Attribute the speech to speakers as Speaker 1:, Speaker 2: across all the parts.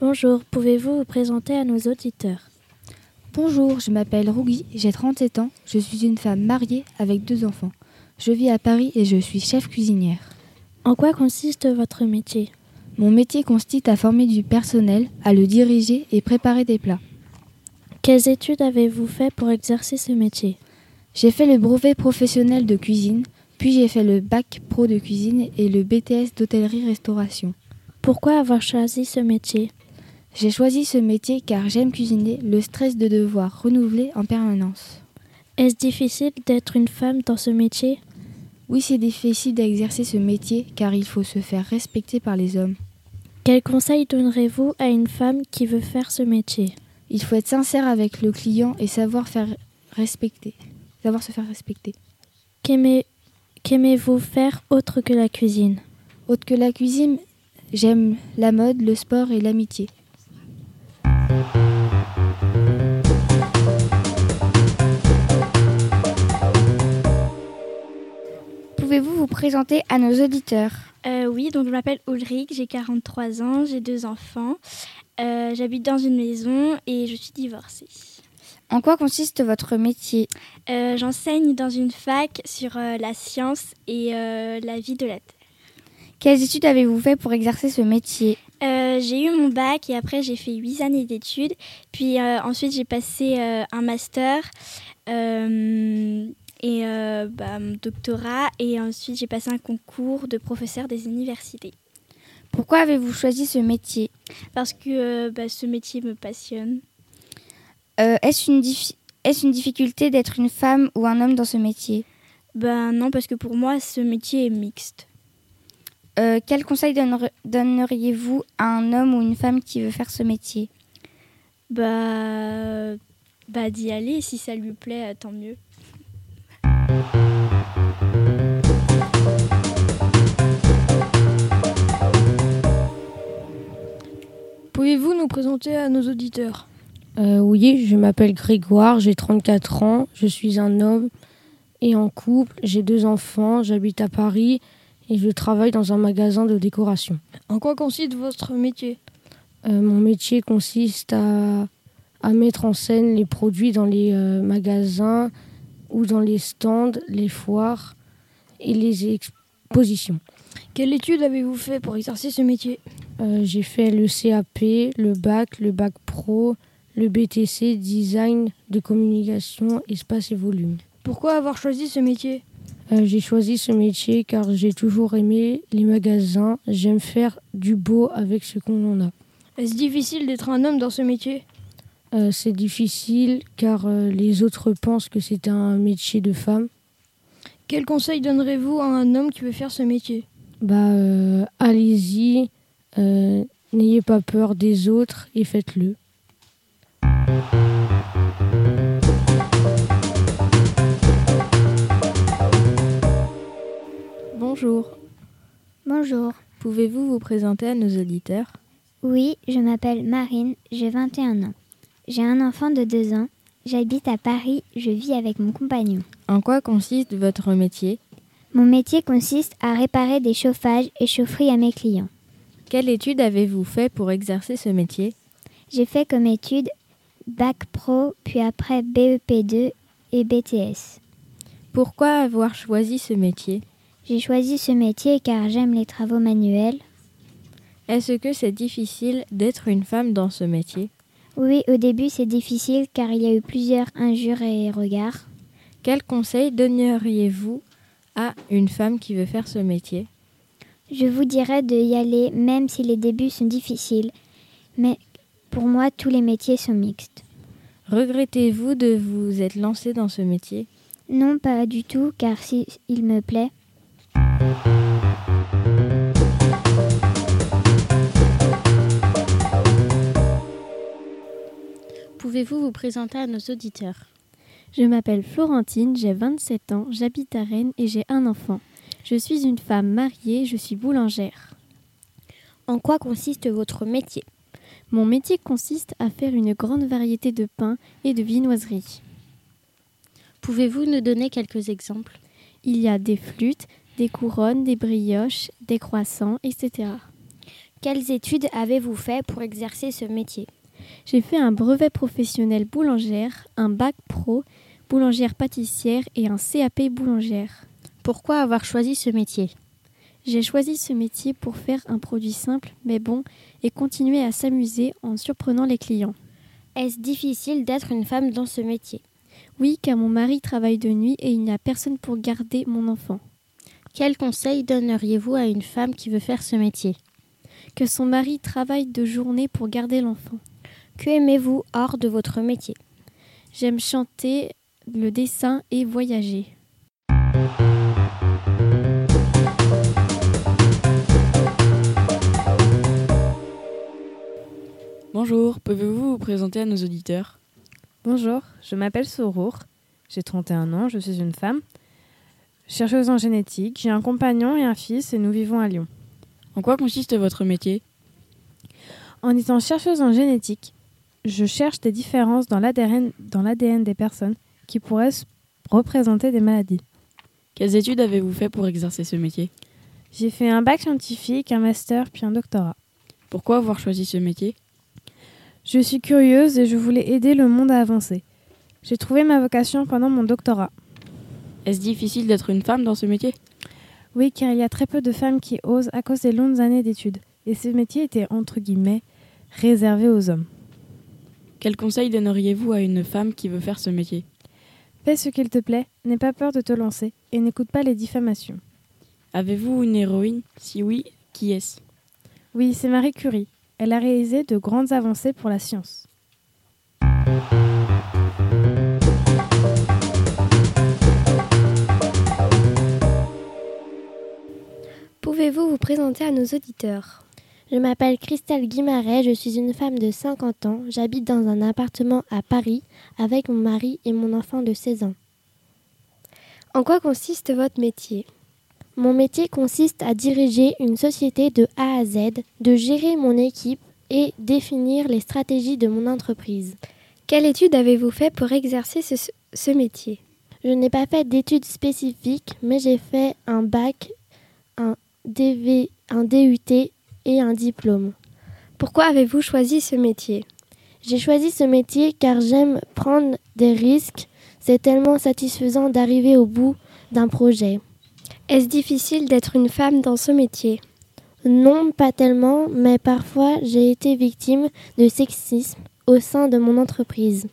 Speaker 1: Bonjour, pouvez-vous vous présenter à nos auditeurs
Speaker 2: Bonjour, je m'appelle Rougui, j'ai 37 ans, je suis une femme mariée avec deux enfants. Je vis à Paris et je suis chef cuisinière.
Speaker 1: En quoi consiste votre métier
Speaker 2: Mon métier consiste à former du personnel, à le diriger et préparer des plats.
Speaker 1: Quelles études avez-vous fait pour exercer ce métier
Speaker 2: J'ai fait le brevet professionnel de cuisine, puis j'ai fait le bac pro de cuisine et le BTS d'hôtellerie-restauration.
Speaker 1: Pourquoi avoir choisi ce métier
Speaker 2: J'ai choisi ce métier car j'aime cuisiner, le stress de devoir renouveler en permanence.
Speaker 1: Est-ce difficile d'être une femme dans ce métier
Speaker 2: Oui, c'est difficile d'exercer ce métier car il faut se faire respecter par les hommes.
Speaker 1: Quels conseils donnerez-vous à une femme qui veut faire ce métier
Speaker 2: Il faut être sincère avec le client et savoir faire respecter, savoir se faire respecter.
Speaker 1: Qu'aimez- Qu'aimez-vous faire autre que la cuisine
Speaker 2: Autre que la cuisine, j'aime la mode, le sport et l'amitié.
Speaker 3: Pouvez-vous vous présenter à nos auditeurs
Speaker 4: Euh, oui, donc je m'appelle Ulrich, j'ai 43 ans, j'ai deux enfants, euh, j'habite dans une maison et je suis divorcée.
Speaker 3: En quoi consiste votre métier
Speaker 4: Euh, J'enseigne dans une fac sur euh, la science et euh, la vie de la Terre.
Speaker 3: Quelles études avez-vous fait pour exercer ce métier
Speaker 4: Euh, j'ai eu mon bac et après j'ai fait 8 années d'études, puis euh, ensuite j'ai passé euh, un master euh, et euh, bah, mon doctorat et ensuite j'ai passé un concours de professeur des universités.
Speaker 3: Pourquoi avez-vous choisi ce métier
Speaker 4: Parce que euh, bah, ce métier me passionne.
Speaker 3: Euh, Est-ce une, diffi- est-ce une difficulté d'être une femme ou un homme dans ce métier
Speaker 4: Ben non, parce que pour moi, ce métier est mixte.
Speaker 3: Euh, Quel conseil donner- donneriez-vous à un homme ou une femme qui veut faire ce métier
Speaker 4: Bah, bah d'y aller, si ça lui plaît, euh, tant mieux.
Speaker 5: Pouvez-vous nous présenter à nos auditeurs
Speaker 6: Euh, oui, je m'appelle Grégoire, j'ai 34 ans, je suis un homme et en couple, j'ai deux enfants, j'habite à Paris et je travaille dans un magasin de décoration.
Speaker 5: En quoi consiste votre métier
Speaker 6: Euh, mon métier consiste à, à mettre en scène les produits dans les euh, magasins ou dans les stands, les foires et les expositions.
Speaker 5: Quelle étude avez-vous fait pour exercer ce métier
Speaker 6: Euh, j'ai fait le CAP, le bac, le bac pro, le BTC, design de communication, espace et volume.
Speaker 5: Pourquoi avoir choisi ce métier
Speaker 6: Euh, j'ai choisi ce métier car j'ai toujours aimé les magasins. J'aime faire du beau avec ce qu'on en a.
Speaker 5: Est-ce difficile d'être un homme dans ce métier
Speaker 6: Euh, c'est difficile car euh, les autres pensent que c'est un métier de femme.
Speaker 5: Quel conseil donnerez-vous à un homme qui veut faire ce métier
Speaker 6: Bah, euh, allez-y, euh, n'ayez pas peur des autres et faites-le.
Speaker 7: Bonjour,
Speaker 8: Bonjour.
Speaker 7: pouvez-vous vous présenter à nos auditeurs
Speaker 8: Oui, je m'appelle Marine, j'ai 21 ans. J'ai un enfant de 2 ans. J'habite à Paris, je vis avec mon compagnon.
Speaker 7: En quoi consiste votre métier
Speaker 8: Mon métier consiste à réparer des chauffages et chaufferies à mes clients.
Speaker 7: Quelle étude avez-vous fait pour exercer ce métier
Speaker 8: J'ai fait comme étude bac pro, puis après BEP2 et BTS.
Speaker 7: Pourquoi avoir choisi ce métier
Speaker 8: J'ai choisi ce métier car j'aime les travaux manuels.
Speaker 7: Est-ce que c'est difficile d'être une femme dans ce métier
Speaker 8: Oui, au début c'est difficile car il y a eu plusieurs injures et regards.
Speaker 7: Quel conseil donneriez-vous à une femme qui veut faire ce métier
Speaker 8: Je vous dirais de y aller même si les débuts sont difficiles, mais pour moi tous les métiers sont mixtes.
Speaker 7: Regrettez-vous de vous être lancée dans ce métier
Speaker 8: Non, pas du tout, car si il me plaît.
Speaker 1: Pouvez-vous vous présenter à nos auditeurs
Speaker 9: Je m'appelle Florentine, j'ai 27 ans, j'habite à Rennes et j'ai un enfant. Je suis une femme mariée, je suis boulangère.
Speaker 1: En quoi consiste votre métier
Speaker 9: Mon métier consiste à faire une grande variété de pains et de viennoiseries.
Speaker 1: Pouvez-vous nous donner quelques exemples
Speaker 9: Il y a des flûtes, des couronnes, des brioches, des croissants, etc.
Speaker 4: Quelles études avez-vous fait pour exercer ce métier
Speaker 10: J'ai fait un brevet professionnel boulangère, un bac pro, boulangère pâtissière et un CAP boulangère.
Speaker 4: Pourquoi avoir choisi ce métier
Speaker 10: J'ai choisi ce métier pour faire un produit simple mais bon et continuer à s'amuser en surprenant les clients.
Speaker 4: Est-ce difficile d'être une femme dans ce métier
Speaker 10: Oui, car mon mari travaille de nuit et il n'y a personne pour garder mon enfant.
Speaker 4: Quel conseil donneriez-vous à une femme qui veut faire ce métier
Speaker 10: Que son mari travaille de journée pour garder l'enfant.
Speaker 4: Que aimez-vous hors de votre métier
Speaker 10: J'aime chanter, le dessin et voyager.
Speaker 11: Bonjour, pouvez-vous vous présenter à nos auditeurs
Speaker 12: Bonjour, je m'appelle Sorour, j'ai 31 ans, je suis une femme, chercheuse en génétique, j'ai un compagnon et un fils et nous vivons à Lyon.
Speaker 11: En quoi consiste votre métier
Speaker 12: En étant chercheuse en génétique, je cherche des différences dans l'ADN des personnes qui pourraient représenter des maladies.
Speaker 11: Quelles études avez-vous fait pour exercer ce métier
Speaker 12: J'ai fait un bac scientifique, un master, puis un doctorat.
Speaker 11: Pourquoi avoir choisi ce métier
Speaker 12: Je suis curieuse et je voulais aider le monde à avancer. J'ai trouvé ma vocation pendant mon doctorat.
Speaker 11: Est-ce difficile d'être une femme dans ce métier
Speaker 12: Oui, car il y a très peu de femmes qui osent à cause des longues années d'études. Et ce métier était, entre guillemets, réservé aux hommes.
Speaker 11: Quel conseil donneriez-vous à une femme qui veut faire ce métier
Speaker 12: Fais ce qu'il te plaît, n'aie pas peur de te lancer et n'écoute pas les diffamations.
Speaker 11: Avez-vous une héroïne Si oui, qui est-ce
Speaker 12: Oui, c'est Marie Curie. Elle a réalisé de grandes avancées pour la science.
Speaker 13: Pouvez-vous vous présenter à nos auditeurs
Speaker 4: Je m'appelle Christelle Guimaret, je suis une femme de 50 ans, j'habite dans un appartement à Paris avec mon mari et mon enfant de 16 ans.
Speaker 13: En quoi consiste votre métier
Speaker 4: Mon métier consiste à diriger une société de A à Z, de gérer mon équipe et définir les stratégies de mon entreprise.
Speaker 13: Quelle étude avez-vous fait pour exercer ce, ce métier
Speaker 4: Je n'ai pas fait d'études spécifiques, mais j'ai fait un bac, un DV, un DUT et un diplôme.
Speaker 13: Pourquoi avez-vous choisi ce métier
Speaker 4: j'ai choisi ce métier car j'aime prendre des risques. C'est tellement satisfaisant d'arriver au bout d'un projet.
Speaker 13: Est-ce difficile d'être une femme dans ce métier
Speaker 4: Non, pas tellement, mais parfois j'ai été victime de sexisme au sein de mon entreprise.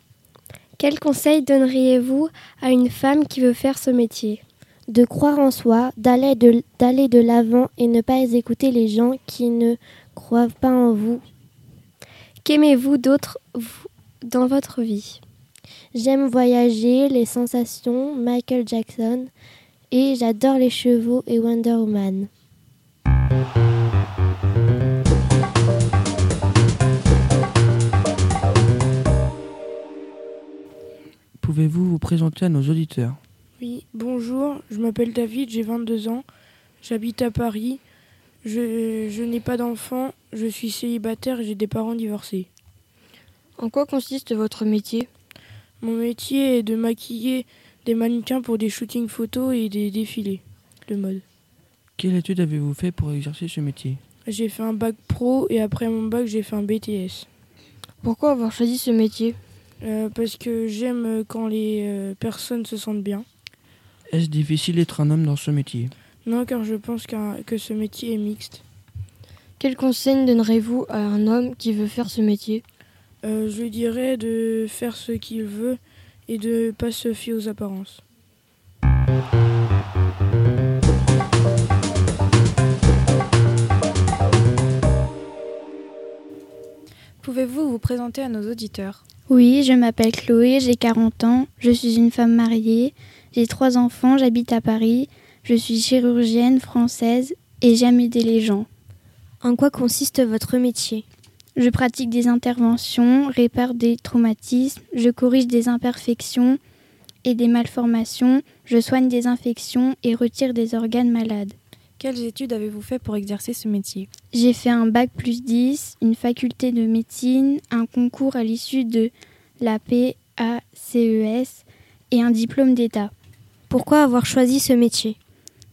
Speaker 13: Quel conseil donneriez-vous à une femme qui veut faire ce métier
Speaker 4: De croire en soi, d'aller de l'avant et ne pas écouter les gens qui ne croient pas en vous
Speaker 13: Qu'aimez-vous d'autre dans votre vie
Speaker 4: J'aime voyager, les sensations, Michael Jackson et j'adore les chevaux et Wonder Woman.
Speaker 14: Pouvez-vous vous présenter à nos auditeurs
Speaker 6: Oui, bonjour, je m'appelle David, j'ai 22 ans, j'habite à Paris, je, je n'ai pas d'enfant, je suis célibataire et j'ai des parents divorcés.
Speaker 13: En quoi consiste votre métier
Speaker 6: Mon métier est de maquiller des mannequins pour des shootings photos et des défilés de mode.
Speaker 14: Quelle étude avez-vous fait pour exercer ce métier
Speaker 6: J'ai fait un bac pro et après mon bac j'ai fait un BTS.
Speaker 13: Pourquoi avoir choisi ce métier
Speaker 6: euh, Parce que j'aime quand les euh, personnes se sentent bien.
Speaker 14: Est-ce difficile d'être un homme dans ce métier
Speaker 6: Non car je pense qu que ce métier est mixte.
Speaker 13: Quel conseil donnerez-vous à un homme qui veut faire ce métier
Speaker 6: euh, Je dirais de faire ce qu'il veut et de ne pas se fier aux apparences.
Speaker 15: Pouvez-vous vous présenter à nos auditeurs
Speaker 2: Oui, je m'appelle Chloé, j'ai 40 ans, je suis une femme mariée, j'ai trois enfants, j'habite à Paris, je suis chirurgienne française et j'aime aider les gens.
Speaker 4: En quoi consiste votre métier
Speaker 2: Je pratique des interventions, répare des traumatismes, je corrige des imperfections et des malformations, je soigne des infections et retire des organes malades.
Speaker 15: Quelles études avez-vous fait pour exercer ce métier
Speaker 2: J'ai fait un bac plus 10, une faculté de médecine, un concours à l'issue de la PACES et un diplôme d'État.
Speaker 4: Pourquoi avoir choisi ce métier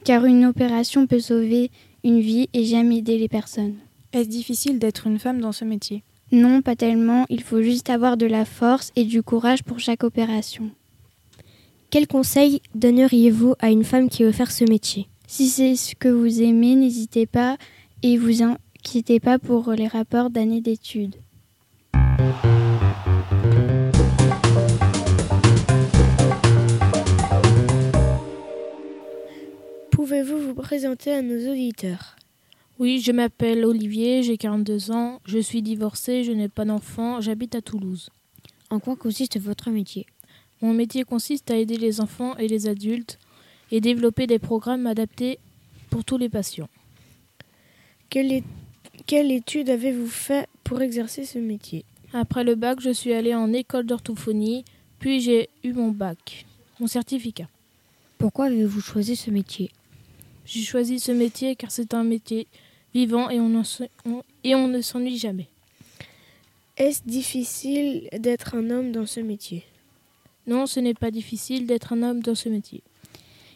Speaker 2: Car une opération peut sauver une vie et j'aime aider les personnes.
Speaker 12: Est-ce difficile d'être une femme dans ce métier
Speaker 2: Non, pas tellement, il faut juste avoir de la force et du courage pour chaque opération.
Speaker 16: Quel conseil donneriez-vous à une femme qui veut faire ce métier
Speaker 2: Si c'est ce que vous aimez, n'hésitez pas et vous inquiétez pas pour les rapports d'années d'études.
Speaker 16: Pouvez-vous vous présenter à nos auditeurs
Speaker 4: Oui, je m'appelle Olivier, j'ai 42 ans, je suis divorcé, je n'ai pas d'enfant, j'habite à Toulouse.
Speaker 6: En quoi consiste votre métier
Speaker 4: Mon métier consiste à aider les enfants et les adultes et développer des programmes adaptés pour tous les patients.
Speaker 16: Quelle, é- quelle étude avez-vous fait pour exercer ce métier
Speaker 4: Après le bac, je suis allée en école d'orthophonie, puis j'ai eu mon bac, mon certificat.
Speaker 6: Pourquoi avez-vous choisi ce métier
Speaker 4: J'ai choisi ce métier car c'est un métier vivant et on, en se- on- et on ne s'ennuie jamais.
Speaker 16: Est-ce difficile d'être un homme dans ce métier
Speaker 4: Non, ce n'est pas difficile d'être un homme dans ce métier.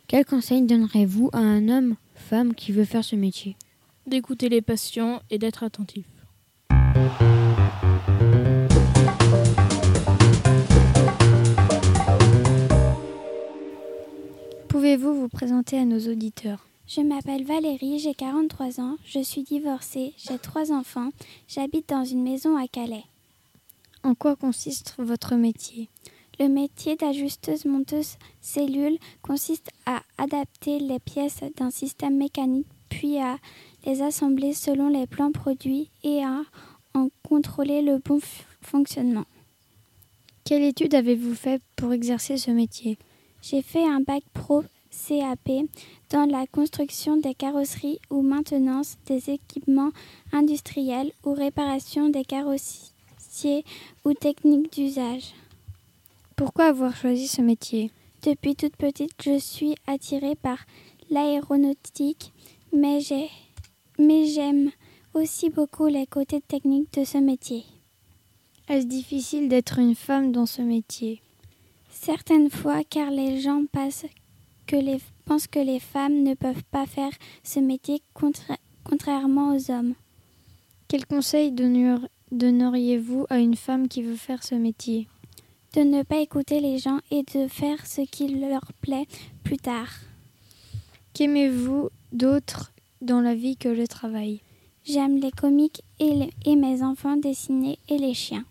Speaker 6: Quel conseil donnerez-vous à un homme, femme qui veut faire ce métier
Speaker 4: D'écouter les patients et d'être attentif.
Speaker 2: Pouvez-vous vous présenter à nos auditeurs
Speaker 8: Je m'appelle Valérie, j'ai 43 ans, je suis divorcée, j'ai trois enfants, j'habite dans une maison à Calais.
Speaker 2: En quoi consiste votre métier
Speaker 8: Le métier d'ajusteuse monteuse cellule consiste à adapter les pièces d'un système mécanique puis à les assembler selon les plans produits et à en contrôler le bon f- fonctionnement.
Speaker 2: Quelle étude avez-vous fait pour exercer ce métier
Speaker 8: J'ai fait un bac pro CAP dans la construction des carrosseries ou maintenance des équipements industriels ou réparation des carrossiers ou techniques d'usage.
Speaker 2: Pourquoi avoir choisi ce métier
Speaker 8: Depuis toute petite, je suis attirée par l'aéronautique, mais j'ai- mais j'aime aussi beaucoup les côtés techniques de ce métier.
Speaker 2: Est-ce difficile d'être une femme dans ce métier
Speaker 8: Certaines fois, car les gens passent que les- pensent que les femmes ne peuvent pas faire ce métier contra- contrairement aux hommes.
Speaker 2: Quel conseil donner- donneriez-vous à une femme qui veut faire ce métier
Speaker 8: De ne pas écouter les gens et de faire ce qui leur plaît plus tard.
Speaker 2: Qu'aimez-vous d'autre dans la vie que le travail
Speaker 8: J'aime les comiques et, les- et mes enfants dessinés et les chiens.